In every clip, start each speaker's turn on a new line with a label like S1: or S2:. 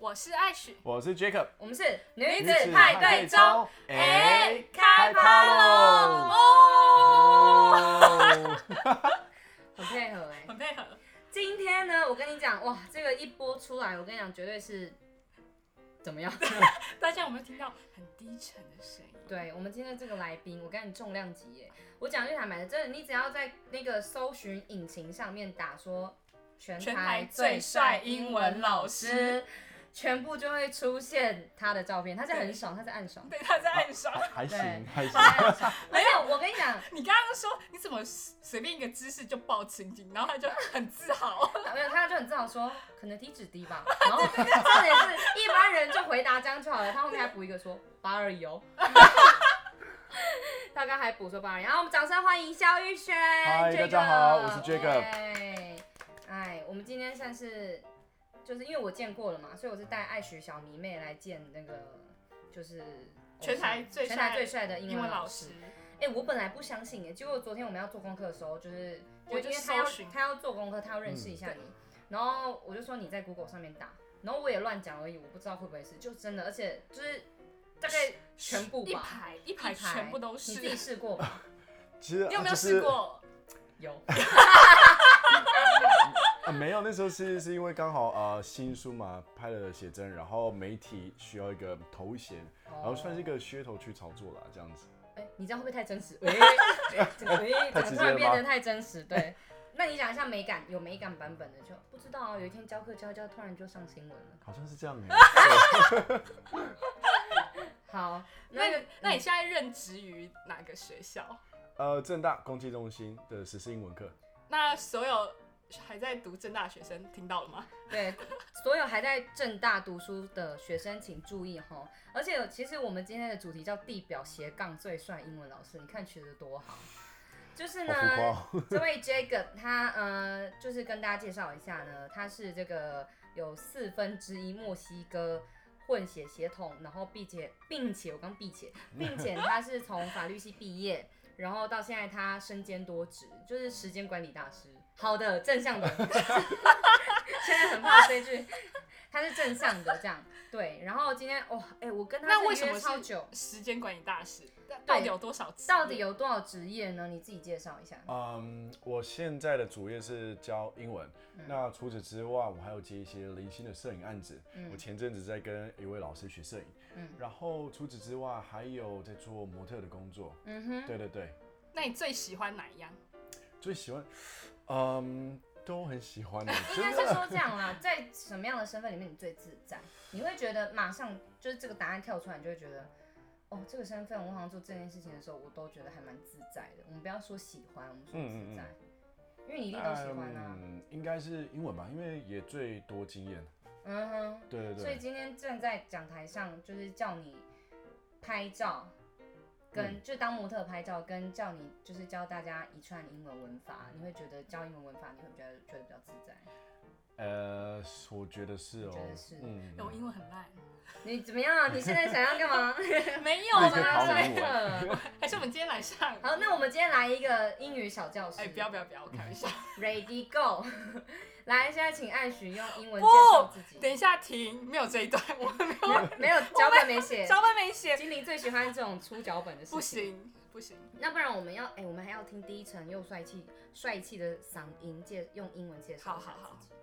S1: 我是艾许，
S2: 我是 Jacob，
S3: 我们是
S1: 女
S3: 女
S1: 子
S3: 子
S1: 派
S3: 派
S1: 对
S3: 对
S1: 中
S3: 中，
S2: 哎
S3: 哎，开
S2: 开趴
S3: 趴
S2: 喽
S3: 喽！
S1: 哦，
S2: 哦
S3: 很配合哎、
S1: 很配合，
S3: 今天呢，我跟你讲，哇，这个一播出来，我跟你讲，绝对是怎 么样？
S1: 大家有没有听到很低沉的声音？
S3: 对我们今天这个来宾，我跟你重量级耶！我讲句坦白的，真的，你只要在那个搜寻引擎上面打说“全
S1: 全台
S3: 台
S1: 最
S3: 最
S1: 帅
S3: 帅
S1: 英
S3: 英
S1: 文
S3: 文
S1: 老
S3: 老
S1: 师
S3: 师”，全部就会出现他的照片。他是很爽，他是暗爽。
S1: 被他在暗爽。
S2: 还行
S3: 对
S2: 还行，
S3: 没有，我跟你讲，
S1: 你刚刚说你怎么随便一个姿势就抱情景，然后他就很自豪。
S3: 没有，他就很自豪说可能体脂低吧。然后 重点是一般人就回答这样就好了，他后面还补一个说八二一哦。 大概还补说八二一，然后我们掌声欢迎肖玉轩。
S2: 嗨大家好我是 Jacob
S3: 哎，哎，我们今天算是就是因为我见过了嘛，所以我是带爱许小迷妹来见那个就是
S1: 全台最
S3: 全
S1: 帅
S3: 台最帅的英
S1: 英文
S3: 文
S1: 老
S3: 老
S1: 师
S3: 师。，哎、我本来不相信哎，结果昨天我们要做功课的时候，就是
S1: 我就
S3: 因为他要
S1: 搜寻
S3: 他要做功课，他要认识一下
S1: 嗯
S3: 你，然后我就说你在 Google 上面打，然后我也乱讲而已，我不知道会不会是，就真的，而且就是大概全部
S1: 一
S3: 吧，
S1: 排一排全部都是。
S3: 你自己
S1: 你
S3: 试过 吧？
S2: 其实呃
S1: 有没有
S2: 就
S1: 试
S2: 是
S3: 哦
S1: 过？
S3: 有，哦
S2: 啊，没有，那时候是是因为刚好呃新书嘛拍了写真，然后媒体需要一个头衔，然
S3: 然
S2: 后算是一。个噱头去炒作啦，这样子。
S3: 哎、你这样会不会太真 实？哎、欸，哎、
S2: 太
S3: 怎么
S2: 直接
S3: 突然
S2: 了
S3: 变
S2: 吗
S3: 得太真实？ 对。那你讲一下美感，有美感版本的就不知道啊。有一天教课教一教，突然就上新闻了。
S2: 好像是这样哎、欸，
S3: 好，
S1: 那
S3: 个
S1: 你那你现在任职于哪个学校？
S2: 对呃，正大公济中心的实施英文课，
S1: 那所有还在读正大的学生听到了吗？
S3: 对，所有还在正大读书的学生请注意吼！而且其实我们今天的主题叫“地表斜杠最帅英文老师”，你看取得多好。就是
S2: 好浮夸
S3: 呢，
S2: 哦。
S3: 这位 Jacob 他呃，就是跟大家介绍一下呢，他是这个有四分之一墨西哥混血血统，然后并且并且我刚并且，并且他是从法律系毕业。然后到现在，他身兼多职，就是时间管理大师。好的，正向的。 现在很怕这句，他是正向的这样。对，然后今天哦，哎、我跟他
S1: 那
S3: 是
S1: 为什
S3: 约
S1: 么
S3: 超久？
S1: 是时间管理大师？到底有多少职业？
S3: 到底有多少职业呢？你自己介绍一下。
S2: 嗯，我现在的主业是教英文。
S3: 嗯
S2: 那除此之外，我还有接一些零星的摄影案子。
S1: 嗯
S2: 我前阵子在跟一位老师学摄影，
S3: 嗯
S2: 然后除此之外还有在做模特的工作。
S3: 嗯哼，
S2: 对对对，
S1: 那你最喜欢哪一样？
S2: 最喜欢，嗯，都很喜 欢的，
S3: 应该是
S2: 真的。
S3: 说这样啦， 在什么样的身份里面你最自在？你会觉得马上就是这个答案跳出来，你就会觉得，哦，这个身份我好像做这件事情的时候，我都觉得还蛮自在的。我们不要说喜欢，我们说自在，因为你一定都喜欢啊。
S2: 嗯，应该是英文吧，因为也最多经验。
S3: 嗯哼。
S2: 对对
S3: 所以
S2: 对，
S3: 今天站在讲台上，就是叫你拍照，跟、
S2: 嗯
S3: 就当模特拍照，跟叫你就是教大家一串英文文法，你会觉得教英文文法，你会觉得觉得比较自在。
S2: 呃，我觉得是
S3: 我
S2: 哦
S3: 觉得是，
S2: 嗯
S1: 哎我英文很烂，
S3: 你怎么样啊？你现在想要干嘛？
S1: 没有
S2: 那你可以
S1: 啦。
S2: 考我
S3: 来
S2: 英文
S3: 了。
S1: 还是我们今天来上？
S3: 好，那我们今天来一个英语小教室。
S1: 哎，不要不要不要，我开玩笑。
S3: Ready Go。来，现在请艾许用英文
S1: 不
S3: 介绍自己。
S1: 等一下停，没有这一段，我没有，
S3: 没有脚本没写，
S1: 小本没写，
S3: 精灵最喜欢这种出脚本的事情。
S1: 不行不行，
S3: 那不然我们要，哎、我们还要听低沉又帅气、帅气的嗓音介，用英文介绍一下
S1: 好好好
S3: 自己。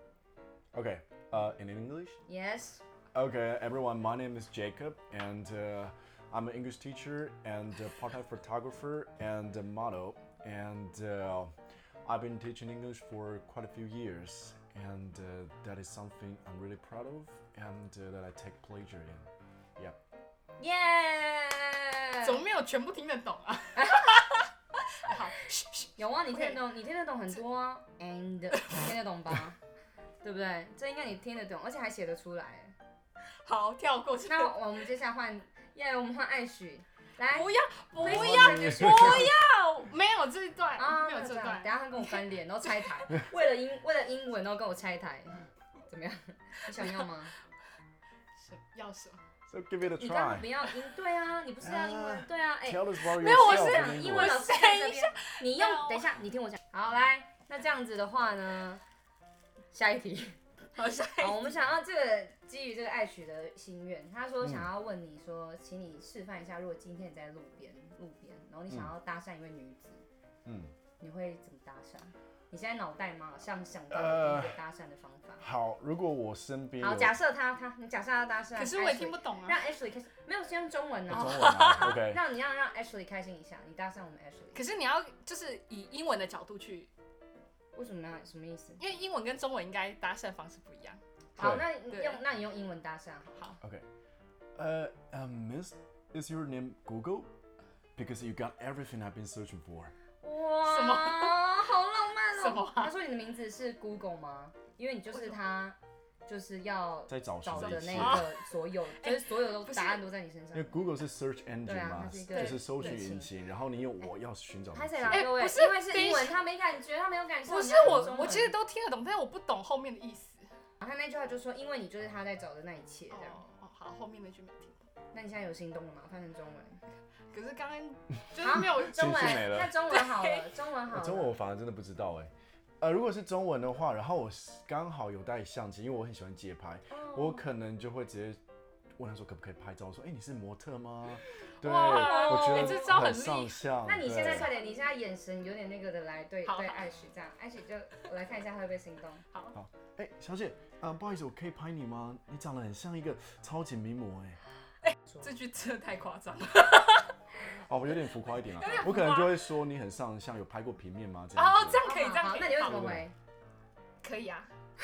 S2: Okay, uh, in English.
S3: Yes,
S2: Okay, everyone, my name is Jacob, and uh, I'm an English teacher and a part time photographer and a model. And uh, I've been teaching English for quite a few years, and uh, that is something I'm really proud of and uh, that I take pleasure in. Yeah.
S3: yeah。
S1: 怎么没有全部听得懂 啊？哎好，嘘嘘
S3: 有啊，你听得懂，你听得懂很多啊，and 你听得懂吧？ 对不对？这应该你听得懂，而且还写得出来。
S1: 好，跳过去。
S3: 那我们接下来换，耶、我们换艾许来。
S1: 不要不要
S3: 不
S1: 不要，没有这一段
S3: 啊，，
S1: 没有这
S3: 这
S1: 一
S3: 样等一
S1: 段。
S3: 下他跟我翻脸，然后拆台，为了英为了英文，然后跟我拆台，怎么样？你想要 吗？
S1: 什要什么？
S2: So give it a
S3: 你刚刚
S2: try.
S3: 不要英，对啊，你不是要英文，对啊，哎、
S2: Tell us about
S1: 没有，我
S2: yourself
S1: 是
S2: in
S3: 英
S2: English.
S3: 文老师在这边，你用
S1: 没有
S3: 等一下，你听我讲。好，来，那这样子的话呢，下一题。
S1: 好，下一
S3: 好，我
S1: 题
S3: 们想要这个基于这个艾许的心愿，他
S2: 嗯
S3: 说想要问你说，请你示范一下，如果今天你在路边路边，然后你想要搭讪一位女子，
S2: 嗯，
S3: 你会怎么搭讪？你现在脑袋吗？像想
S2: 呃
S3: 到了第一个搭讪的方法。
S2: 好，如果我身边有
S3: 好，假设他他你假设他搭讪，
S1: 可是我也听不
S3: Ashley-
S1: 懂啊。
S3: 让 Ashley 开心，没有先用中文
S2: 中
S3: 哦，
S2: 文啊 ，OK，
S3: 让你让让 Ashley 开心一下，你搭讪我们 Ashley，
S1: 可是你要就是以英文的角度去，
S3: 为什么呢？什么意思？
S1: 因为英文跟中文应该搭讪方式不一样。
S3: 好，
S2: 对
S3: 那你
S1: 对
S3: 用那你用英文搭讪好了。
S1: 好，
S2: okay. Uh, uh, Miss, is your name Google? Because you got everything I've been searching for.
S3: 哇，
S1: 什么
S3: 好浪漫哦！
S1: 什么啊
S3: 他说你的名字是 Google 吗？因为你就是他，就是要
S2: 在找什
S3: 找
S2: 么
S3: 的
S2: 意
S3: 那
S2: 思？
S3: 个哦所 有，就
S1: 哎
S3: 是所有
S1: 不
S3: 都
S1: 是
S3: 答案都在你身上
S2: 因为。Google 是 search engine
S3: 对啊
S2: 嘛，
S3: 它是一个
S2: 就是搜
S3: 对
S2: 寻
S3: 对
S2: 引擎，然后你有我要寻找的
S3: 拍谁
S2: 字
S3: 啦，
S1: 哎
S3: 各位？
S1: 不是
S3: 因为是
S1: 等一
S3: 英
S1: 下
S3: 文，他没感觉，他没有感受。
S1: 不是
S3: 你要用中
S1: 我，
S3: 文
S1: 我其实都听得懂，但是我不懂后面的意思。
S3: 他那句话就说，因为你就是他在找的那一切，这样。
S1: 哦，哦好，后面那句没听懂。
S3: 那你现在有心动了吗？翻成中文，
S1: 可是刚刚就是 没有，
S3: 中
S2: 信息没
S3: 文，
S2: 了
S3: 那中文好了，中文好
S2: 呃
S3: 了。
S2: 中文我反而真的不知道哎、呃，如果是中文的话，然后我是刚好有带相机，因为我很喜欢街拍，
S3: 哦
S2: 我可能就会直接问他说可不可以拍照，我说哎、你是模特吗？对，
S1: 哇
S2: 我觉
S1: 哎
S2: 得
S1: 这招很厉
S2: 上相。
S3: 那你现在
S2: 对
S3: 快点，你现在眼神有点那个的来对
S1: 好
S3: 对
S1: 好
S3: 艾许这样，艾许就我来看一下他会不会心动。
S2: 哎、小姐，啊、不好意思，我可以拍你吗？你长得很像一个超级名模哎、
S1: 这句真的太夸张了。
S2: 哦，我有点浮夸一点啊
S1: 有点，浮
S2: 我可能
S1: 夸
S2: 就会说你很上相，有拍过平面吗？这样
S1: 哦，
S2: 子
S1: 这样可以，
S3: 好
S1: 这
S3: 好
S1: 样
S3: 好
S1: 可以。
S3: 那你会怎么
S1: 好
S3: 回？
S1: 可以啊，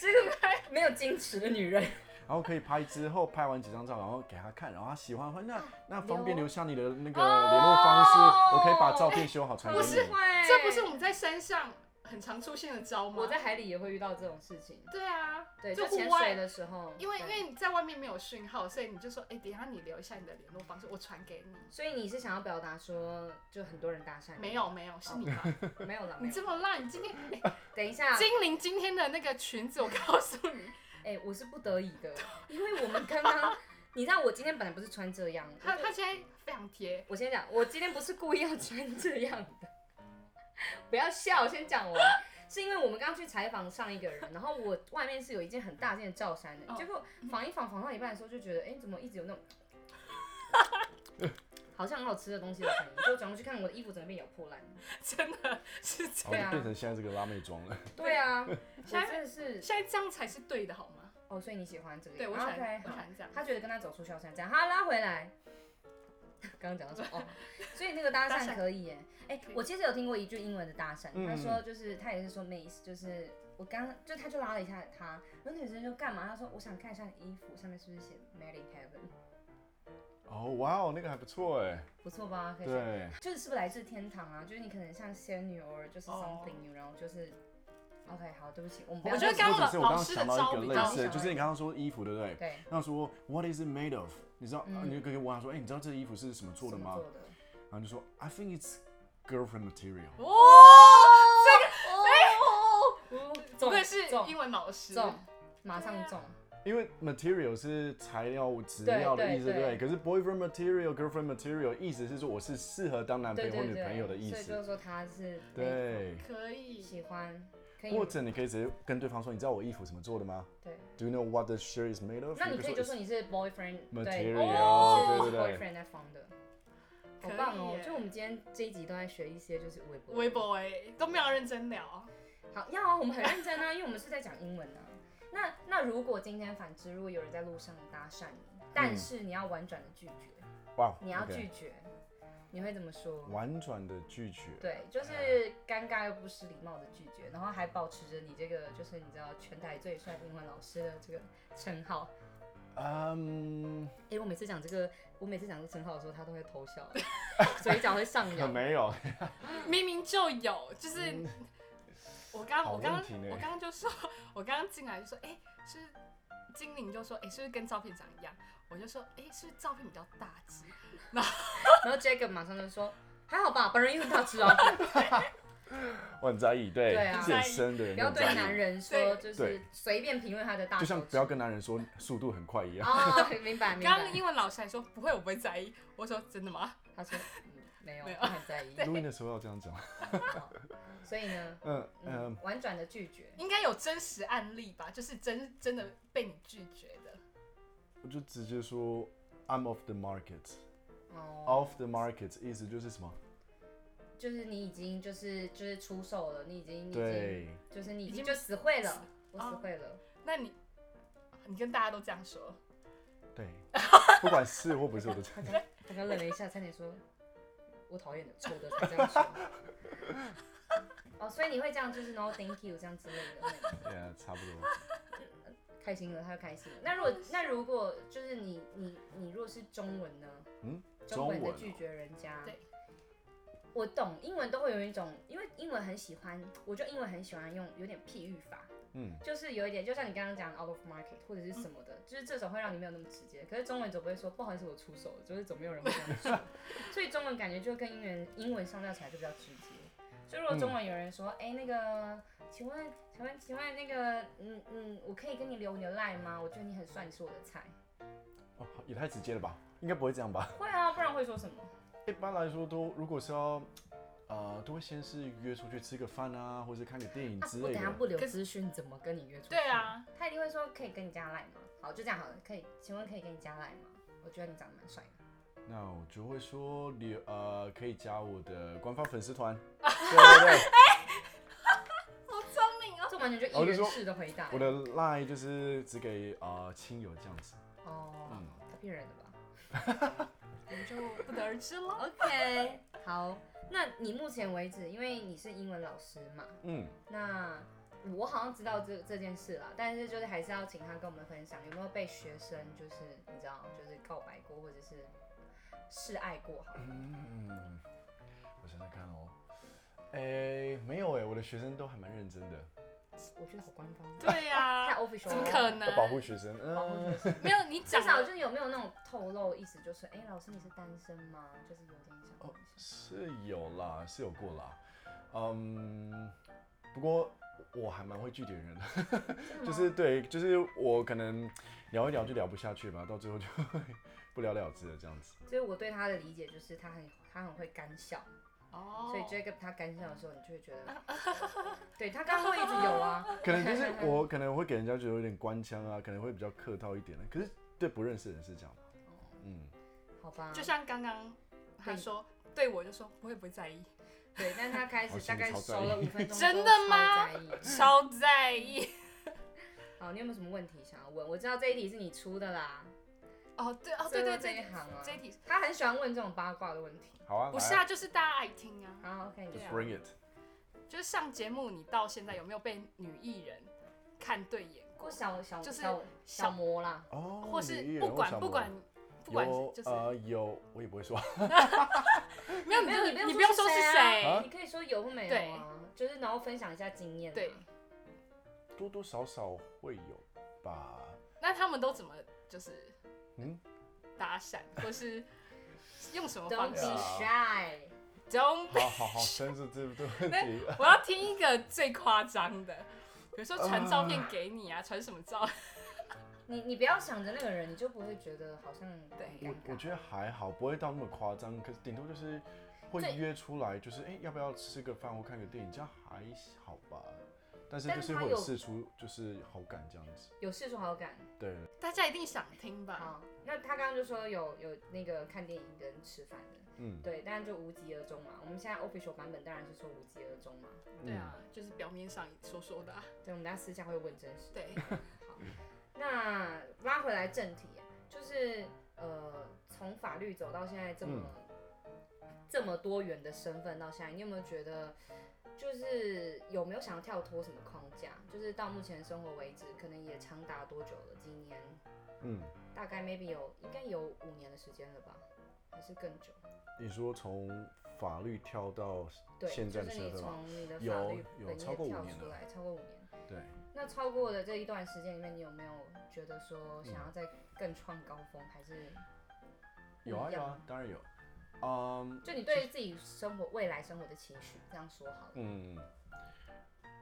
S3: 这个没有矜持的女人，
S2: 然后可以拍之后拍完几张照，然后给他看，然后他喜欢的话， 那那方便
S3: 留
S2: 留下你的那个联络方式，我可以把照片修好传给
S1: 哦不
S2: 你。哦
S1: 是这
S3: 这
S1: 不是我们在山上很常出现的招吗？
S3: 我在海里也会遇到这种事情，
S1: 对啊，
S3: 对，
S1: 就
S3: 就潜
S1: 户
S3: 水
S1: 外，
S3: 的时候，
S1: 因为因
S3: 对
S1: 为你在外面没有讯号，所以你就说，哎、等一下你留一下你的联络方式，我传给你。
S3: 所以你是想要表达说，就很多人搭讪你，
S1: 没有没有，是你吧？
S3: 没有了，没
S1: 你
S3: 有。
S1: 这么烂，你今天、哎
S3: 等一下，
S1: 精灵今天的那个裙子，我告诉 你，
S3: 哎，我是不得已的，因为我们刚刚，你知道我今天本来不是穿这样，
S1: 她她现在非常贴，
S3: 我先讲，我今天不是故意要穿这样的， 不要笑，我先讲完。是因为我们刚刚去采访上一个人，然后我外面是有一件很大件的罩衫的，
S1: 哦
S3: 结果仿一仿仿到一半的时候就觉得，哎、怎么一直有那种 好像很好吃的东西的声音，就转过去看我的衣服怎么变咬破 烂。
S1: 真的是这
S2: 然
S3: 对
S2: 后
S3: 啊
S2: 就变成现在这个辣妹装了。
S3: 对啊，我真的是
S1: 样，现在这样才是对的好吗？
S3: 哦，所以你喜欢这个？
S1: 对我喜
S3: o
S1: 欢
S3: k
S1: 我喜欢这样。
S3: 他觉得跟他走出萧山这样，好拉回来。 刚刚讲到 说哦，所以那个搭
S1: 搭
S3: 讪
S1: 讪
S3: 可以耶。哎、
S1: 可以
S3: 我其实有听过一句英文的搭讪，
S2: 嗯
S3: 他说就是他也是说 miss，就是我刚就他就拉了一下他，然后那女生就干嘛？他说我想看一下你衣服上面是不是写 Made in Heaven，
S2: 哦，哇哦，那个还不错哎，
S3: 不错吧？可以想，
S2: 对，
S3: 就是是不是来自天堂啊？就是你可能像仙女，偶尔就是
S1: 哦
S3: something new，、然后就是 OK，好，对不起，我们不要
S1: 我觉得刚
S2: 或者
S1: 刚
S2: 是我
S1: 老老
S2: 刚刚
S1: 师的
S2: 想到
S1: 招
S2: 一
S1: 比
S2: 个
S1: 较
S2: 类
S3: 老
S2: 似
S3: 师
S2: 的，
S3: 的
S1: 好，
S2: 就是你刚刚说衣服对不对？
S3: 对
S2: 那说 What is it made of？你知道，
S3: 嗯
S2: 啊你就可以问他说，哎，你知道这衣服是什么做的
S3: 怎么
S2: 吗
S3: 做？的？
S2: 然后就说 I think it's girlfriend material。
S1: 哇、
S3: 哦，
S1: 这
S3: 中
S1: 个不愧是
S3: 中
S1: 英文老师，
S3: 中，马上中。
S2: 因为 material 是材料、质料的
S3: 对
S2: 意思，对不
S3: 对
S2: 对？可是 boyfriend material、girlfriend material 意思是说我是适合当男朋
S3: 对
S2: 友或
S3: 对
S2: 女
S3: 对，
S2: 朋友的意
S3: 所以就
S2: 思。
S3: 是说他是
S2: 对，
S1: 可以。
S3: 喜欢，可以
S2: 或者你可以直接跟对方说，你知道我衣服怎么做的吗
S3: 对。
S2: ？Do you know what the shirt is made of？
S3: 那你可以就说
S2: 说
S3: 你是 boyfriend，对
S2: material，
S1: 哦
S2: 对对对
S3: boyfriend 在放的，好
S1: 可以
S3: 棒哦！
S1: 耶
S3: 就我们今天这一集都在学一些就是微博，
S1: 微博哎、都没有认真聊，
S3: 好要啊，我们很认真啊，因为我们是在讲英文啊。那那如果今天反之，如果有人在路上搭讪你，但是你要婉转的拒绝，
S2: 哇，
S3: 你要
S2: 嗯 OK
S3: 拒绝，你会怎么说？
S2: 婉转的拒绝。
S3: 对，就是尴尬又不失礼貌的拒绝，然后还保持着你这个就是你知道全台最帅英文老师的这个称号。
S2: 嗯，
S3: 哎、我每次讲这个，我每次讲这个称号的时候，他都会偷笑，嘴角会上
S2: 可
S3: 扬。
S2: 没有，
S3: 嗯
S1: 明明就有，就是、我刚
S2: 嗯好
S1: 我刚
S2: 问题呢
S1: 我刚刚就说，我刚刚进来就说，哎、是不是精灵就说，哎、是不是跟照片长一样？我就说，哎、是不是照片比较大只？
S3: 然后 Jacob 马上就说：“还好吧，本人也很大只哦，
S2: 我很在意，对
S3: 对啊
S2: 健身的人
S3: 不要
S2: 很
S3: 对
S2: 在意
S3: 男，人说
S1: 对
S3: 就是
S2: 对
S3: 随便评论他的大
S2: 就
S3: 小指。”
S2: 像不要跟男人说速度很快一样。
S3: 哦，明白明
S1: 刚刚
S3: 白。
S1: 英文老师还说不会，我不会在意。我说真的吗？
S3: 他说、嗯没有，
S1: 没有
S3: 他很在意。
S2: 录音的时候要这样讲。
S3: 好所以呢，
S2: 嗯
S3: 嗯
S2: 嗯，，
S3: 婉转的拒绝。
S1: 应该有真实案例吧？就是真真的被你拒绝的。
S2: 我就直接说 I'm off the market。
S3: 哦
S2: Off the market 意思就是什么？
S3: 就是你已经就是就是出售了，你已经你已经
S2: 对，
S3: 就是你已
S1: 已
S3: 经
S1: 经
S3: 就死哦会了，我
S1: 啊
S3: 死会了。
S1: 那你你跟大家都这样说，
S2: 对，不管是或不是我都这
S3: 他
S2: 样。
S3: 刚他刚愣了一下，差点说：“我讨厌的，丑的才这样说。”哦，所以你会这样，就是 no thank you 这样之类的，
S2: Yeah，差不多。
S3: 开心了他就开心了。那如果那如果就是你你你如果是中文呢？
S2: 嗯，
S3: 中文的
S2: 哦
S3: 拒绝人家。
S1: 对
S3: 我懂，英文都会有一种，因为英文很喜欢，我就英文很喜欢用有点譬喻法，
S2: 嗯，
S3: 就是有一点，就像你刚刚讲的 out of market 或者是什么的，就是这种会让你没有那么直接。可是中文总不会说不好意思我出手了，就是总没有人会这样 说，所以中文感觉就跟英文英文相较起来就比较直接。所以如果中文有人说，哎、那个，请问，请问，请问那个，嗯嗯，我可以跟你留你的 line 吗？我觉得你很帅，你是我的菜。
S2: 哦，也太直接了吧？应该不会这样吧？
S3: 会啊，不然会说什么？
S2: 一般来说都，如果是要，呃，都会先是约出去吃个饭啊，或者看个电影
S3: 啊
S2: 之
S3: 我
S2: 类
S3: 等
S2: 的。
S3: 下不留
S1: 可
S3: 资讯，怎么跟你约出去？
S1: 对，啊，
S3: 他一定会说可以跟你加 line 吗？好，就这样好了，可以，请问可以跟你加 line 吗？我觉得你长得蛮帅的。
S2: 那我就会说你呃，可以加我的官方粉丝 团。对对对，
S1: 好聪明哦！
S3: 这完全就
S2: 我
S3: 一
S2: 就
S3: 人
S2: 说
S3: 式的回答。
S2: 我的 line 就是只给呃亲友这样子。嗯
S3: 哦，他骗人的吧
S1: 我们就不得而知了。
S3: ？OK，好，那你目前为止，因为你是英文老师嘛，
S2: 嗯，
S3: 那我好像知道这这件事啦，但是就是还是要请他跟我们分享，有没有被学生就是你知道就是告白过，或者是示爱过？好了，
S2: 嗯，我想想看哦。诶，没有哎诶，我的学生都还蛮认真的，
S3: 我觉得好官方哦，
S1: 对呀、
S3: 太 official 了。
S1: 怎么可
S2: 要保护
S1: 能？
S2: 学生。
S3: 保护
S2: 嗯，
S1: 没有你
S3: 至
S1: 讲
S3: 少
S1: 了，
S3: 就是有没有那种透露意思，就是哎、诶老师你是单身吗？就是有点想问一下。
S2: 是有啦，是有过啦。嗯，不过我还蛮会拒绝人的，
S3: 真的吗
S2: 就是对，就是我可能聊一聊就聊不下去吧，到最后就不了了之了这样子。
S3: 所以我对他的理解就是他很他很会干笑，
S1: 哦嗯
S3: 所以 Jacob 他干笑的时候，你就会觉得，哦对他刚刚会一直有啊，
S2: 可能就是我可能会给人家觉得有点官腔啊，可能会比较客套一点的。可是对不认识的人是这样的。嗯，
S3: 好吧，
S1: 就像刚刚他说对我就说我也不会在意，
S3: 对，但是他开始
S2: 好
S3: 大
S2: 像
S3: 概
S2: 你超在
S3: 熟了
S2: 意
S3: 五分钟，
S1: 真的吗？
S3: 嗯
S1: 超在意。
S3: 好，你有没有什么问题想要问？我知道这一题是你出的啦，
S1: 哦对哦对对
S3: 这一
S1: 对，
S3: 行啊
S1: 这，一题
S3: 他很喜欢问这种八卦的问题。
S2: 好啊，
S1: 不
S2: 来
S1: 是啊，就是大家爱听啊。
S3: 好，OK，你
S1: 对啊
S3: 说
S2: Bring it。
S1: 就是上节目你到现在有没有被女艺人看对眼过
S3: 过？小小
S1: 就是
S3: 小小魔啦，
S2: 哦，
S1: 或
S2: 女艺
S1: 是
S2: 人
S1: 不管
S2: 我想
S1: 不管不管
S2: 有
S1: 就是
S2: 呃有，我也不会说。
S1: 没有
S3: 哎没有，
S1: 你
S3: 你
S1: 就你
S3: 不
S1: 不
S3: 用
S1: 用说是
S3: 是
S2: 啊
S1: 谁，
S3: 你可以说有或没有啊，就是然后分享一下经验、啊。
S1: 对，
S2: 多多少少会有吧。
S1: 那他们都怎么就是
S2: 嗯，
S1: 搭讪，或是用什么
S3: ，Don't
S1: 方
S3: be
S1: 式
S3: shy。
S1: ？Don't
S2: 好好好，深入这个问题。
S1: 我要听一个最夸张的，比如说
S2: 啊
S1: 传照片给你啊，传什么照？
S3: 你你不要想着那个人，你就不会觉得好像
S1: 对
S3: 很尴
S2: 我我
S3: 尬。
S2: 觉得还好，不会到那么夸张，可是顶多就是会
S3: 对
S2: 约出来，就是哎、诶要不要吃个饭或看个电影，这样还好吧。但是
S3: 但
S2: 就是是
S3: 他有
S2: 会有试出就是好感这样子。
S3: 有世俗好感。
S2: 对，
S1: 大家一定想听吧？
S3: 好，哦那他刚刚就说有有那个看电影跟吃饭的，
S2: 嗯，
S3: 对，但就无疾而终嘛。我们现在 official 版本当然是说无疾而终嘛。
S1: 对啊，
S2: 嗯
S1: 就是表面上说说的啊。
S3: 对，我们大家私下会问真实。
S1: 对，
S3: 那拉回来正题，啊就是呃，从法律走到现在这么、这么多元的身份，到现在，你有没有觉得，就是有没有想要跳脱什么框架？就是到目前生活为止，可能也长达多久了？今年
S2: 嗯，
S3: 大概 maybe 有应该有五年的时间了吧，还是更久？
S2: 你说从法律跳到
S3: 对，
S2: 现在
S3: 就
S2: 的
S3: 是
S2: 身
S3: 你
S2: 份吗？
S3: 从你的
S2: 有
S3: 法律
S2: 有
S3: 本业
S2: 超过五
S3: 跳
S2: 年
S3: 出
S2: 了
S3: 来，超过五年。
S2: 对，
S3: 那超过的这一段时间里面，你有没有觉得
S2: 嗯
S3: 说想要再更创高峰，还是
S2: 有啊
S3: 一样
S2: 有啊，当然有。嗯，
S3: 就你对自己生活未来生活的期许，这样说好了。
S2: 嗯，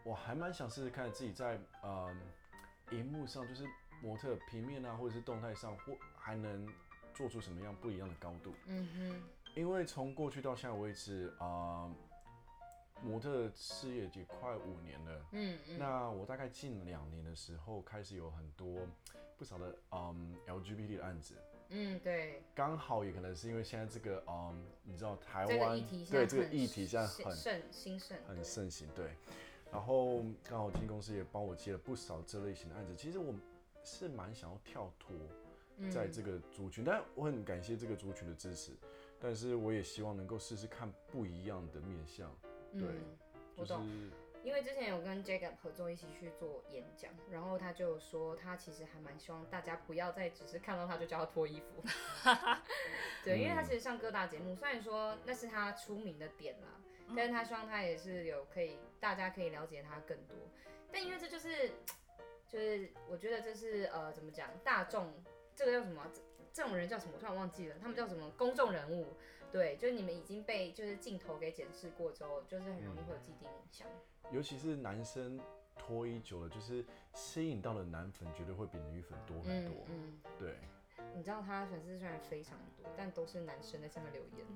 S2: 我还蛮想试试看自己在呃，荧幕上就是模特平面啊，或者是动态上，或还能做出什么样不一样的高度。
S3: 嗯哼，
S2: 因为从过去到现在为止啊、模特事业也快五年了。
S3: 嗯嗯，
S2: 那我大概近两年的时候，开始有很多不少的嗯 LGBT 的案子，
S3: 嗯对，
S2: 刚好也可能是因为现在这个嗯，你知道台
S3: 这个
S2: 湾
S3: 议题现在
S2: 对这个
S3: 很
S2: 议题现在很
S3: 盛兴盛，
S2: 很盛行，对。然后刚好经纪公司也帮我接了不少这类型的案子，其实我是蛮想要跳脱
S3: 嗯
S2: 在这个族群，但我很感谢这个族群的支持，但是我也希望能够试试看不一样的面向，
S3: 嗯
S2: 对
S3: 嗯
S2: 就
S3: 我
S2: 是
S3: 懂因为之前有跟 Jacob 合作一起去做演讲，然后他就说他其实还蛮希望大家不要再只是看到他就叫他脱衣服，对，因为他其实上各大节目，虽然说那是他出名的点啦，但是他希望他也是有可以大家可以了解他更多，但因为这就是就是我觉得这是呃怎么讲大众这个叫什么啊这这种人叫什么？我突然忘记了，他们叫什么公众人物。对，就是你们已经被就是镜头给检视过之后，就是很容易会有既定印象。
S2: 尤其是男生脱衣久了，就是吸引到的男粉绝对会比女粉多很
S3: 嗯
S2: 多，
S3: 嗯，
S2: 对。
S3: 你知道他粉丝虽然非常多，但都是男生在下面留言。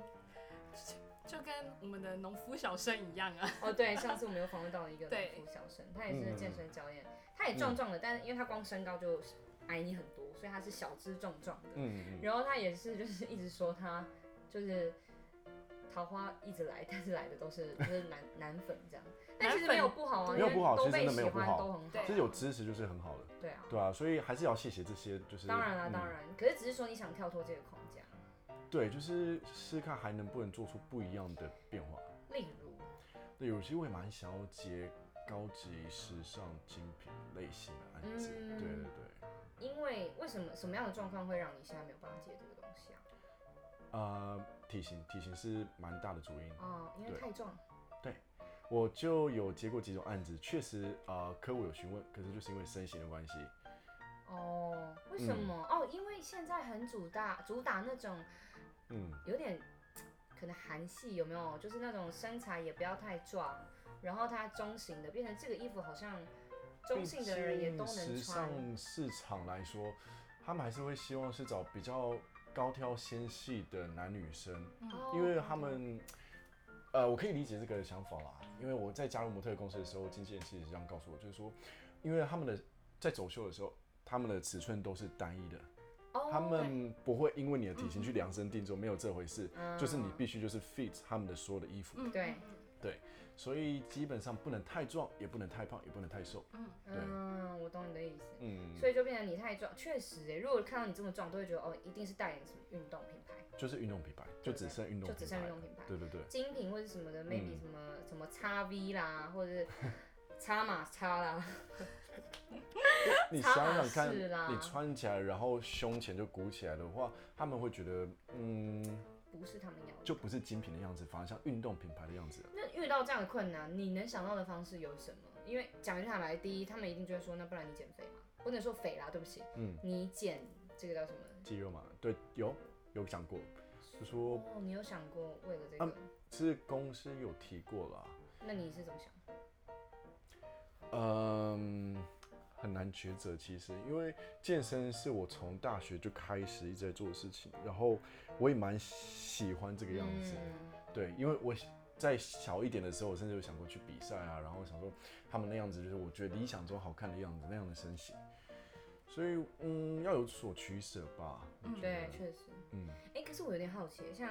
S1: 就跟我们的农夫小生一样啊。
S3: 哦，对，上次我们有访问到一个
S1: 对
S3: 农夫小生，他也
S2: 嗯
S3: 是健身教练，他也壮壮的，但是因为他光身高就矮你很多，所以他是小只壮壮的。
S2: 嗯嗯，
S3: 然后他也是就是一直说他就是桃花一直来，但是来的都是就是 男男粉这样。但其实没有不好啊，
S1: 没有
S3: 因为
S2: 不好
S3: 都
S2: 其实
S3: 被
S2: 真的没
S3: 喜
S2: 有不
S3: 欢
S2: 好
S3: 都很好
S1: 对。
S2: 其实有支持就是很好的，
S3: 对啊，
S2: 对啊，所以还是要谢谢这些，就是
S3: 当然啦，
S2: 嗯
S3: 当然，可是只是说你想跳脱这个框架，
S2: 对，就是试试看还能不能做出不一样的变化。
S3: 例如，
S2: 对，有些我也蛮想要接高级时尚精品类型的案子。
S3: 嗯
S2: 对对对，
S3: 因为为什么什么样的状况会让你现在没有办法接这个东西啊？
S2: 呃，体型体型是蛮大的主因。
S3: 哦，因为
S2: 对
S3: 太壮，
S2: 我就有接过几种案子，确实呃，客户有询问，可是就是因为身形的关系，
S3: 哦，为什
S2: 嗯
S3: 么？哦，因为现在很主打主打那种
S2: 嗯，
S3: 有点可能韩系有没有？就是那种身材也不要太壮，然后它中型的，变成这个衣服好像中性的人也都
S2: 毕竟
S3: 能
S2: 时
S3: 穿。
S2: 尚市场来说，他们还是会希望是找比较高挑纤细的男女生。
S1: 嗯，
S3: 哦
S2: 因为他们，呃，我可以理解这个想法啦。因为我在加入模特公司的时候，经纪人其实这样告诉我，就是说，因为他们的在走秀的时候，他们的尺寸都是单一的，
S3: 哦
S2: 他们不会因为你的体型去量身定做，没有这回事。
S3: 嗯
S2: 就是你必须就是 fit 他们的所有的衣服，
S1: 嗯
S3: 对，
S2: 所以基本上不能太壮，也不能太胖，也不能太瘦。
S1: 嗯
S2: 对
S3: 嗯，我懂你的意思。
S2: 嗯，
S3: 所以就变成你太壮，确实欸诶、如果看到你这么壮，都会觉得哦，一定是代言什么运动品牌，
S2: 就是运动品牌，就只剩运动
S3: 就
S2: 品牌，
S3: 只剩运动品牌，
S2: 对对对，
S3: 精品或者什么的，maybe
S2: 嗯
S3: 什么、什么叉 V 啦，或 者是叉马叉啦，
S2: 你
S3: 差
S2: 想
S3: 哪
S2: 想看，
S3: 是啦
S2: 你穿起来，然后胸前就鼓起来的话，他们会觉得，嗯，
S3: 不是他们要的。
S2: 就不是精品的样子，反而像运动品牌的样子了。
S3: 那遇到这样的困难，你能想到的方式有什么？因为讲一坦白，第一，他们一定就会说，那不然你减肥嘛，不能说肥啦，对不起，
S2: 嗯，
S3: 你减这个叫什么？
S2: 肌肉嘛，对，有有讲过，就说
S3: 哦，你有想过为了这个？
S2: 嗯是公司有提过啦，
S3: 那你是怎么想？
S2: 嗯，很难抉择。其实，因为健身是我从大学就开始一直在做的事情，然后我也蛮喜欢这个样子。
S3: 嗯
S2: 对，因为我在小一点的时候，我甚至有想过去比赛啊，然后想说他们那样子就是我觉得理想中好看的样子，那样的身形。所以，嗯，要有所取舍吧。我
S1: 嗯
S2: 觉
S3: 对，
S2: 得
S3: 确实。
S2: 嗯，
S3: 哎、可是我有点好奇，像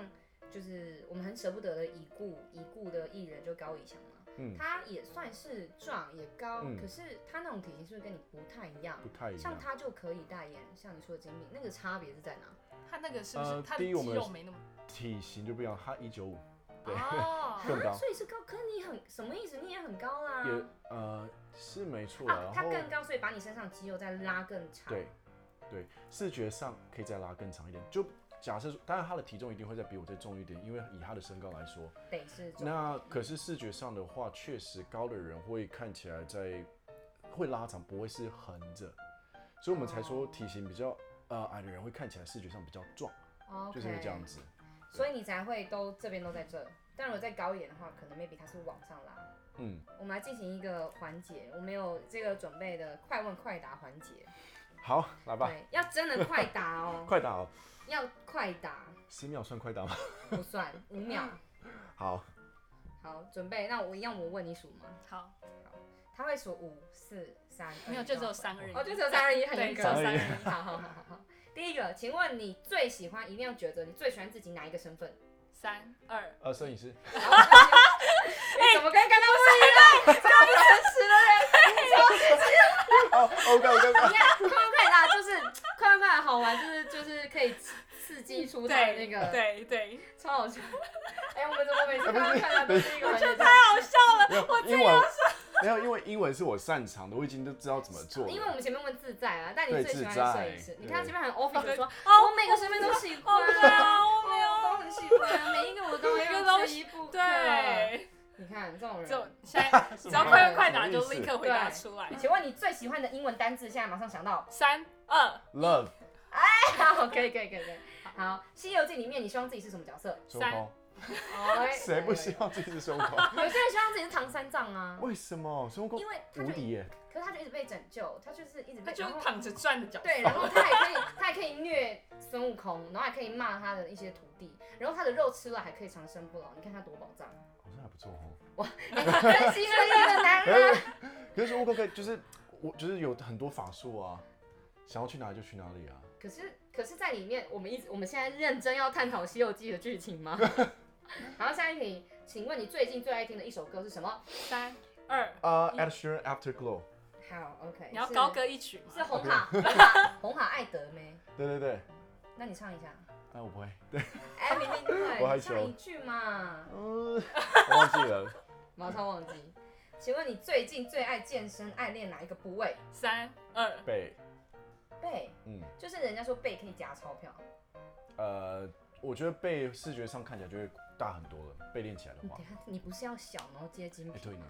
S3: 就是我们很舍不得的已故已故的艺人，就高以翔嘛，
S2: 嗯
S3: 他也算是壮也高，
S2: 嗯
S3: 可是他那种体型是不是跟你不太一样？
S2: 不太一样
S3: 像。他就可以代言，像你说的精品，那个差别是在哪？
S1: 他那个是不是
S2: 呃
S1: 他的
S2: 第
S1: 肌
S2: 一我们
S1: 肉没那么
S2: 体型就不一样，他一九五，对
S1: 哦
S2: 更高
S3: 啊所以是高，可是你很什么意思？你也很高啦。
S2: 也呃是没错啦
S3: 啊，
S2: 然
S3: 他
S2: 后
S3: 更高，所以把你身上肌肉再拉更长。
S2: 对对，视觉上可以再拉更长一点。就假设说，当然他的体重一定会再比我再重一点，因为以他的身高来说，
S3: 得是这种。
S2: 那可是视觉上的话，确实高的人会看起来在会拉长，不会是横着，所以我们才
S3: 哦
S2: 说体型比较呃矮的人会看起来视觉上比较壮，
S3: OK，
S2: 就是因为这样子。
S3: 所以你才会都这边都在这。但如果再高一点的话，可能 maybe 他是往上拉。
S2: 嗯，
S3: 我们来进行一个环节，我们有这个准备的快问快答环节。
S2: 好，来吧，
S3: 对，要真的快答哦。
S2: 快打哦。
S3: 要快答，
S2: 十秒算快答吗？
S3: 不算五秒。
S2: 好，
S3: 好，准备，那我一样，我问你数吗？
S1: 好，
S3: 他会数五四三，
S1: 没有，
S3: 二一
S1: 就只有
S3: 然后
S1: 三个人。
S3: 哦，就只有三二一，很
S1: 对
S3: 严格。
S1: 只有
S2: 三二一
S3: 好好好好好。第一个，请问你最喜欢，一定要抉择，你最喜欢自己哪一个身份？
S1: 三二，
S2: 呃，摄影 师，
S3: 哎，怎么跟刚刚不一样？刚刚诚实了嘞。
S2: 哦，OK OK
S3: 你
S2: OK，
S3: 看，快不快答就是快不快答好玩，就是就是可以刺刺激出他的那个，
S1: 对 对，
S3: 超好笑。哎，我们怎么每次快问快答都是一个环节？
S1: 太好 笑了，我
S2: 英文没有，因为英文是我擅长的，我已经都知道怎么做了。
S3: 因为我们前面问自在啊，但你
S2: 对
S3: 最喜欢
S2: 自在
S3: 摄影师，你看他
S2: 对
S3: 前面很 office 地说，
S1: 哦
S3: 我每个身份都喜
S1: 我
S3: 欢啊
S1: 没有，
S3: 我都
S1: 我没有，
S3: 很喜欢，啊每一个我都
S1: 哦每个
S3: 要
S1: 都
S3: 缺一不可。，
S1: 对，
S3: 你看这种
S1: 就
S3: 人。
S1: 现 在只要快问快答
S2: 什么意
S1: 就
S2: 思
S1: 立刻回答出来。
S3: 请问你最喜欢的英文单字？现在马上想到。
S1: 三二
S2: love
S3: 好，可以，可以，可以，可以。好，《西游记》里面你希望自己是什么角色？
S2: 胸
S1: 三
S2: 口，
S3: 哎
S2: 谁不希？望自己是胸口？
S3: 有些人希望自己是唐三藏啊，
S2: 为什么胸口
S3: 因为他就
S2: 无，敌耶？
S3: 可是他就一直被拯救，他就是一直
S1: 他
S3: 被，
S1: 就
S3: 然
S1: 是
S3: 后
S1: 躺着转的角色，
S3: 对，然后他还可以，他还可以虐孙悟空，然后还可以骂他的一些徒弟，然后他的肉吃了还可以长生不老，你看他多宝藏。啊 哎
S2: 好像还不错哦。
S3: 真心的一个男
S2: 可
S3: 人。啊
S2: 是可是我可不可以就是我就是有很多法术啊，想要去哪里就去哪里啊。
S3: 可是，可是在里面，我们一直我们现在认真要探讨《西游记》的剧情吗？ 然后下一题，请问你最近最爱听的一首歌是什么？
S1: 三二，
S3: 嗯
S2: 呃、a d Sheeran Afterglow，
S3: 好，OK，
S1: 你要
S3: 是
S1: 高歌一曲吗？
S3: 是红卡，红卡，红卡爱德没？
S2: 对对对，
S3: 那你唱一下。
S2: 哎、我不会，
S3: 哎，明明
S2: 我害
S3: 对，
S2: 羞
S3: 唱一句嘛，
S2: 嗯， 我忘记了，
S3: 马上忘记。请问你最近最爱健身，爱练哪一个部位？
S1: 三二，
S2: 背，
S3: 背，
S2: 嗯，
S3: 就是人家说背可以夹钞票，
S2: 呃，我觉得背视觉上看起来就会大很多了，背练起来的
S3: 你
S2: 话
S3: 等，一下你不是要小然后接金
S2: 哎、
S3: 瓶？
S2: 对呢，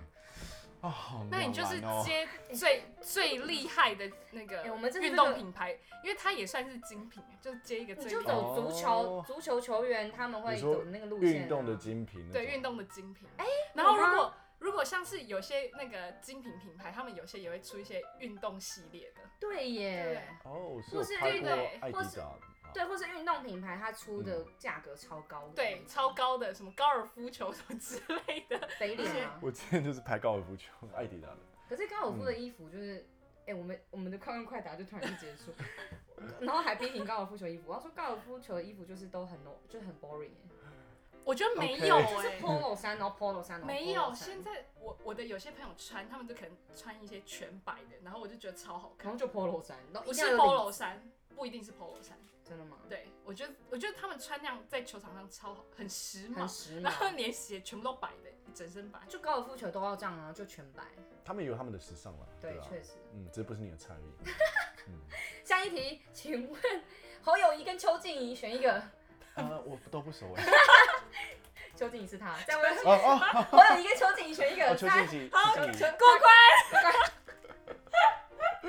S2: 啊、好
S1: 那你就是
S2: 难哦
S1: 接最最厉害的那个
S3: 哎我们这是
S1: 运动品牌，因为它也算是精品，就接一个
S3: 你
S1: 最
S3: 就
S1: 厉害
S3: 走足球
S2: 哦
S3: 足球球员他们会
S2: 你说
S3: 走的那个路线啊，
S2: 运动的精品那种，
S1: 对运动的精品。哎，然后
S3: 有吗
S1: 如果如果像是有些那个精品品牌，他们有些也会出一些运动系列的，
S3: 对
S1: 对不
S3: 耶
S1: 对，？
S2: 哦，是
S3: 或
S2: 我
S3: 是
S2: 拍
S3: 运
S2: 过
S1: 动
S2: 艾
S3: 或
S2: 迪
S3: 是
S2: 达，啊
S3: 对，或是运动品牌它出的价格超高，
S1: 对，，超高的什么高尔夫球什么之类的，
S3: 肥脸啊。
S2: 我之前就是拍高尔夫球，艾迪达的，
S3: 可是高尔夫的衣服就是，哎、我们我们的快问快答就突然就结 束，然后还批评高尔夫球衣服，我要说高尔夫球的衣服就是都很 low，就是很 boring，耶、
S1: 我觉得没
S2: OK
S1: 有
S3: 就是
S1: 哎。
S3: polo 衫，然后 polo 衫，然后 polo 衫
S1: 没有，现，在我我的有些朋友穿，他们就可能穿一些全白的，然后我就觉得超好
S3: 然
S1: 看。
S3: 后就 polo 衫，然后
S1: 不
S3: 哦一
S1: 是
S3: 定要有领
S1: polo 衫，不一定是 polo 衫。
S3: 真的吗？
S1: 对，我觉得我觉得他们穿那样在球场上超好，很时
S3: 很
S1: 髦，
S3: 时
S1: 然后
S3: 髦，
S1: 连鞋全部都白的，整身白。
S3: 就高尔夫球都要这样啊，就全白，
S2: 他们也有他们的时尚了，
S3: 对，
S2: 啊
S3: 确、，实。
S2: 嗯，这不是你的菜而 已。
S3: 下一题，请问侯友谊跟邱静怡选一个，
S2: 啊，我都不熟哎。
S3: 邱静怡是他，再 问
S2: 哦哦，
S3: 侯友谊跟邱静怡选一个，
S2: 哦邱
S3: 三
S2: 静怡，
S1: 好
S2: 邱
S3: 啊
S2: 静怡，
S1: 过关，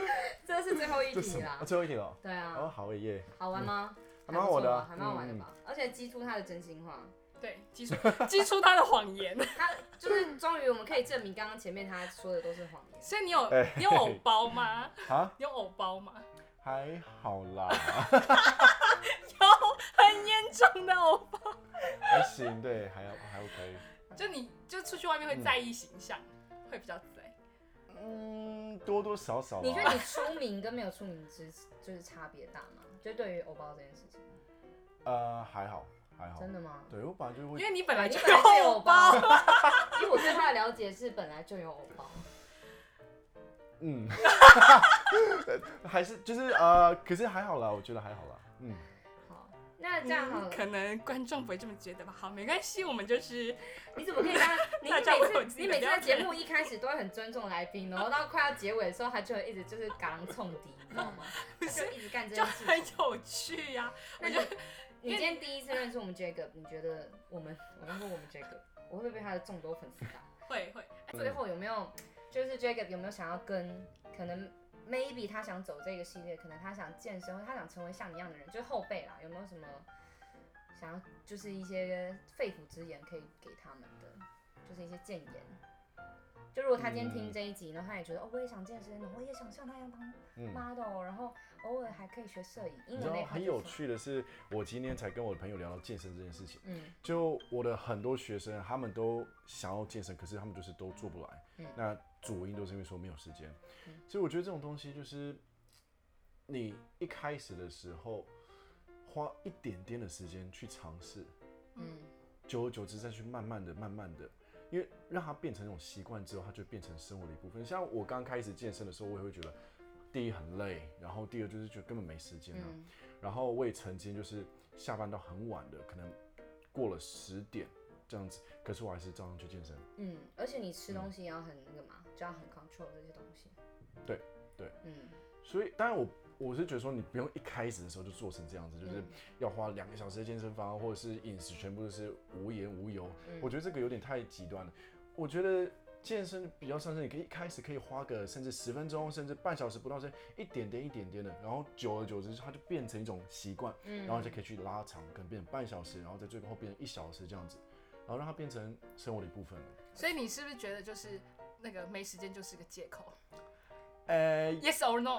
S3: 这是最后一
S2: 这什
S3: 题
S2: 么？
S3: 啦
S2: 啊，。最后一题了。
S3: 对啊，
S2: 哦，好耶，
S3: 好玩吗？
S2: 还蛮好玩的啊
S3: 还不错吧还蛮好玩
S2: 嗯
S3: 的吧？而且激出他的真心话，
S1: 对，击出 击出他的谎言。
S3: 他就是终于我们可以证明刚刚前面他说的都是谎言。
S1: 所以你有
S2: 哎
S1: 你有偶包吗？
S2: 啊，
S1: 有偶包吗？
S2: 还好啦，
S1: 有很严重的偶包，
S2: 还行，对，还还 OK。
S1: 就你就出去外面会在意形象，会比较在。
S2: 嗯，多多少少
S3: 你觉
S2: 啦。
S3: 得你出名跟没有出名之就是差别大吗？就对于欧包这件事情，
S2: 呃，还好，还好。
S3: 真的吗？
S2: 对我本来就
S1: 因
S2: 会，
S1: 为你本来
S3: 你
S1: 就
S3: 本来就有
S1: 有
S3: 欧
S1: 偶
S3: 包，，
S1: 包
S3: 以我对他的了解是本来就有欧包。
S2: 嗯， 还是就是呃，可是还好啦，我觉得还好啦。嗯，
S3: 好，那这样好了，
S1: 可能观众不会这么觉得吧？好，没关系，我们就是
S3: 你怎么可以 让你
S1: 大家会有
S3: 每
S1: 自
S3: 次
S1: 己
S3: 你
S1: 的
S3: 每次在
S1: 了解
S3: 节目一开始都会很尊重来宾，然后到快要结尾的时候，他就会一直就是港冲敌，你知道 吗？他就一直干这
S1: 就
S3: 件事情
S1: 很。有趣啊呀、我
S3: 那
S1: 觉
S3: 你
S1: 得
S3: 你今天第一次认识我们 Jacob，你觉得我们，我刚说我们 Jacob，我会不会被他的众多粉丝打？
S1: 会会，
S2: 嗯
S3: 最后有没有，就是 Jacob 有没有想要跟可能 maybe 他想走这个系列，可能他想健身，或他想成为像你一样的人，就是后辈啦，有没有什么想要就是一些肺腑之言可以给他们的，就是一些谏言？就如果他今天听这一集，然后他也觉得哦，我也想健身，然后我也想像他一样当
S2: 嗯。
S3: model，然后偶尔还可以学摄影，英
S2: 你
S3: 嗯
S2: 知
S3: 文那
S2: 道
S3: 一块
S2: 很
S3: 就
S2: 有
S3: 是
S2: 趣的是，我今天才跟我的朋友聊到健身这件事情。
S3: 嗯
S2: 就我的很多学生，他们都想要健身，可是他们就是都做不来。
S3: 嗯
S2: 那主因都是因为说没有时间。
S3: 嗯
S2: 所以我觉得这种东西就是，你一开始的时候花一点点的时间去尝试，
S3: 嗯
S2: 久而久之再去慢慢的、慢慢的，因为让它变成一种习惯之后，它就变成生活的一部分。像我刚开始健身的时候，我也会觉得，第一很累，然后第二就是觉得根本没时间啊。
S3: 嗯
S2: 然后我也曾经就是下班到很晚的，可能过了十点这样子，可是我还是照样去健身。
S3: 嗯，而且你吃东西也要很那个嘛，就要很 control 这些东西。
S2: 对对，
S3: 嗯
S2: 所以当然我我是觉得说，你不用一开始的时候就做成这样子，就是
S3: 嗯
S2: 要花两个小时的健身房，或者是饮食全部都是无盐无油。
S3: 嗯
S2: 我觉得这个有点太极端了。我觉得健身比较上身，你可以一开始可以花个甚至十分钟，甚至半小时不到时间，一点点一点点的，然后久而久之它就变成一种习惯。
S3: 嗯，
S2: 然后就可以去拉长，可能变成半小时，然后在最后变成一小时这样子，然后让它变成生活的一部分了。
S1: 所以你是不是觉得就是那个没时间就是个借口
S2: 呃，
S1: ？Yes or no？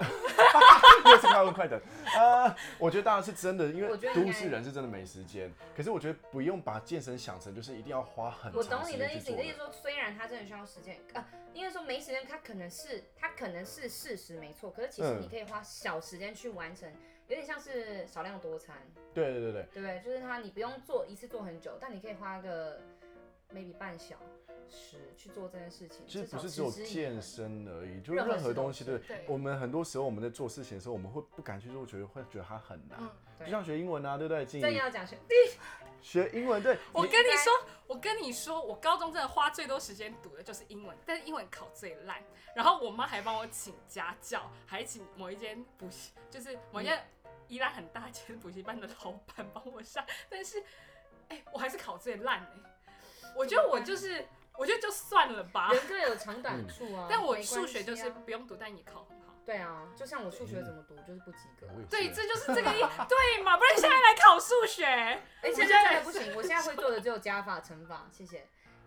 S2: 又是快问快等。呃，我觉得当然是真的，因为
S3: 我觉得应
S2: 都
S3: 该
S2: 市人是真的没时间。可是我觉得不用把健身想成就是一定要花很
S3: 我懂
S2: 长
S3: 你
S2: 时
S3: 的
S2: 间
S3: 意
S2: 去
S3: 思，你
S2: 做
S3: 的意思说，虽然他真的需要时间，呃，应该说没时间，他可能是他可能是事实没错，可是其实
S2: 嗯
S3: 你可以花小时间去完成，有点像是少量多餐，
S2: 对对对对，
S3: 对不对？就是他你不用做一次做很久，但你可以花个 maybe 半小时去做这件事情。
S2: 其实
S3: 至少
S2: 不是只有
S3: 持之以
S2: 健
S3: 恒，
S2: 身而已，就是
S3: 任何
S2: 任
S3: 事
S2: 何
S3: 都
S2: 东西
S3: 是
S2: 对。
S1: 对
S2: 我们很多时候我们在做事情的时候，我们会不敢去做，觉得会觉得它很难。
S1: 嗯，
S3: 对
S2: 就像学英文啊，对不对？静
S3: 正
S2: 怡
S3: 要讲 学，
S2: 学英文，对
S1: 我
S2: 你哎
S1: 跟你说，我跟你说，我高中真的花最多时间读的就是英文，但是英文考最烂。然后我妈还帮我请家教，还请某一间补习，就是某一间依然很大间补习班的老板帮我上，但是，哎、我还是考最烂哎、我觉得我就是，我觉得就算了吧。
S3: 人各有长短处
S2: 嗯
S3: 啊。
S1: 但我
S3: 没关
S1: 数学
S3: 系
S1: 就是
S3: 啊
S1: 不用读，但也考很好。
S3: 对啊，就像我数学怎么读就是不及格，
S2: 嗯我也
S1: 对，
S2: 是
S1: 这就是这个 意，对嘛？不然你现在来考数学。
S3: 而且
S1: 我现
S3: 哎现
S1: 在
S3: 在不行，我现在会做的只有加法、乘法，谢谢。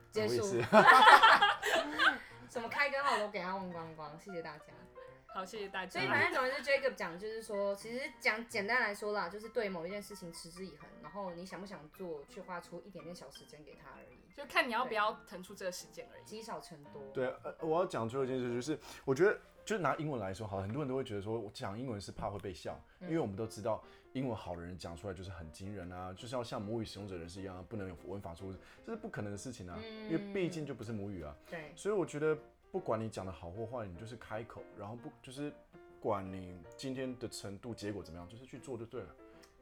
S3: 结
S2: 我也
S3: 束。
S2: 是。
S3: 什么开根号都给他忘光光，谢谢大家。
S1: 好，谢谢大家。
S3: 所
S2: 嗯
S3: 以反正总而言之，Jacob 讲就是说，其实讲简单来说啦，就是对某一件事情持之以恒，然后你想不想做，去花出一点点小时间给他而已，
S1: 就看你要不要腾出这个时间而已。
S3: 积少成多。
S2: 对，呃，我要讲最后一件事就是，我觉得就拿英文来说好了，很多人都会觉得说我讲英文是怕会被笑，因为我们都知道英文好的人讲出来就是很惊人啊，就是要像母语使用者人士一样，不能有文法错误，这是不可能的事情啊，因为毕竟就不是母语啊。
S3: 对，
S2: 所以我觉得不管你讲的好或坏，你就是开口，然后不就是不管你今天的程度结果怎么样，就是去做就对了。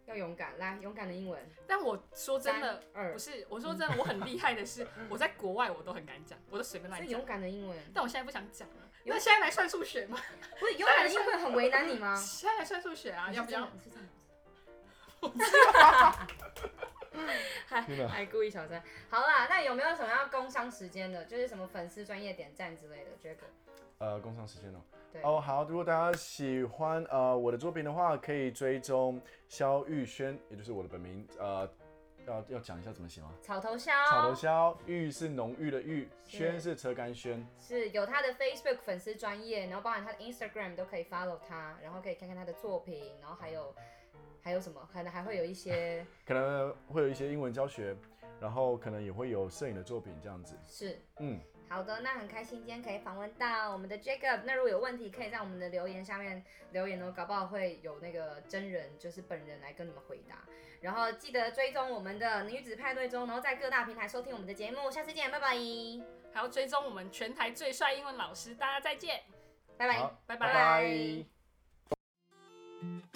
S3: 要勇敢，来，勇敢的英文。
S1: 但我说真的，
S3: 三二
S1: 不是我说真的，我很厉害的是，我在国外我都很敢讲，我都随便
S3: 所
S1: 乱
S3: 以
S1: 讲
S3: 勇。敢的英文，
S1: 但我现在不想讲了，那现在来算数学吗？
S3: 不是勇敢的英文很为难你 吗？
S1: 现在来算数学啊，要不要？
S3: 你是这样？ 还还故意小声。好啦，那有没有什么要工商时间的？就是什么粉丝专业点赞之类的？Jacob，
S2: 呃，工商时间哦。
S3: 对
S2: 哦，好，如果大家喜欢呃我的作品的话，可以追踪肖玉轩，也就是我的本名。呃，要要讲一下怎么写吗？
S3: 草头肖，
S2: 草头肖，玉是浓郁的玉，
S3: 是
S2: 轩是车干轩。
S3: 是有他的 Facebook 粉丝专业，然后包含他的 Instagram 都可以 follow 他，然后可以看看他的作品，然后还有还有什么，可能还会有一些
S2: 可能会有一些英文教学，然后可能也会有摄影的作品这样子。
S3: 是。
S2: 嗯，
S3: 好的，那很开心今天可以访问到我们的 Jacob。那如果有问题，可以在我们的留言下面留言哦，搞不好会有那个真人，就是本人来跟你们回答。然后记得追踪我们的女子派对中，然后在各大平台收听我们的节目。下次见，拜拜，
S1: 还要追踪我们全台最帅英文老师，大家再见，
S3: 拜拜。
S2: 好，
S1: 拜
S2: 拜
S1: 拜。
S2: 拜。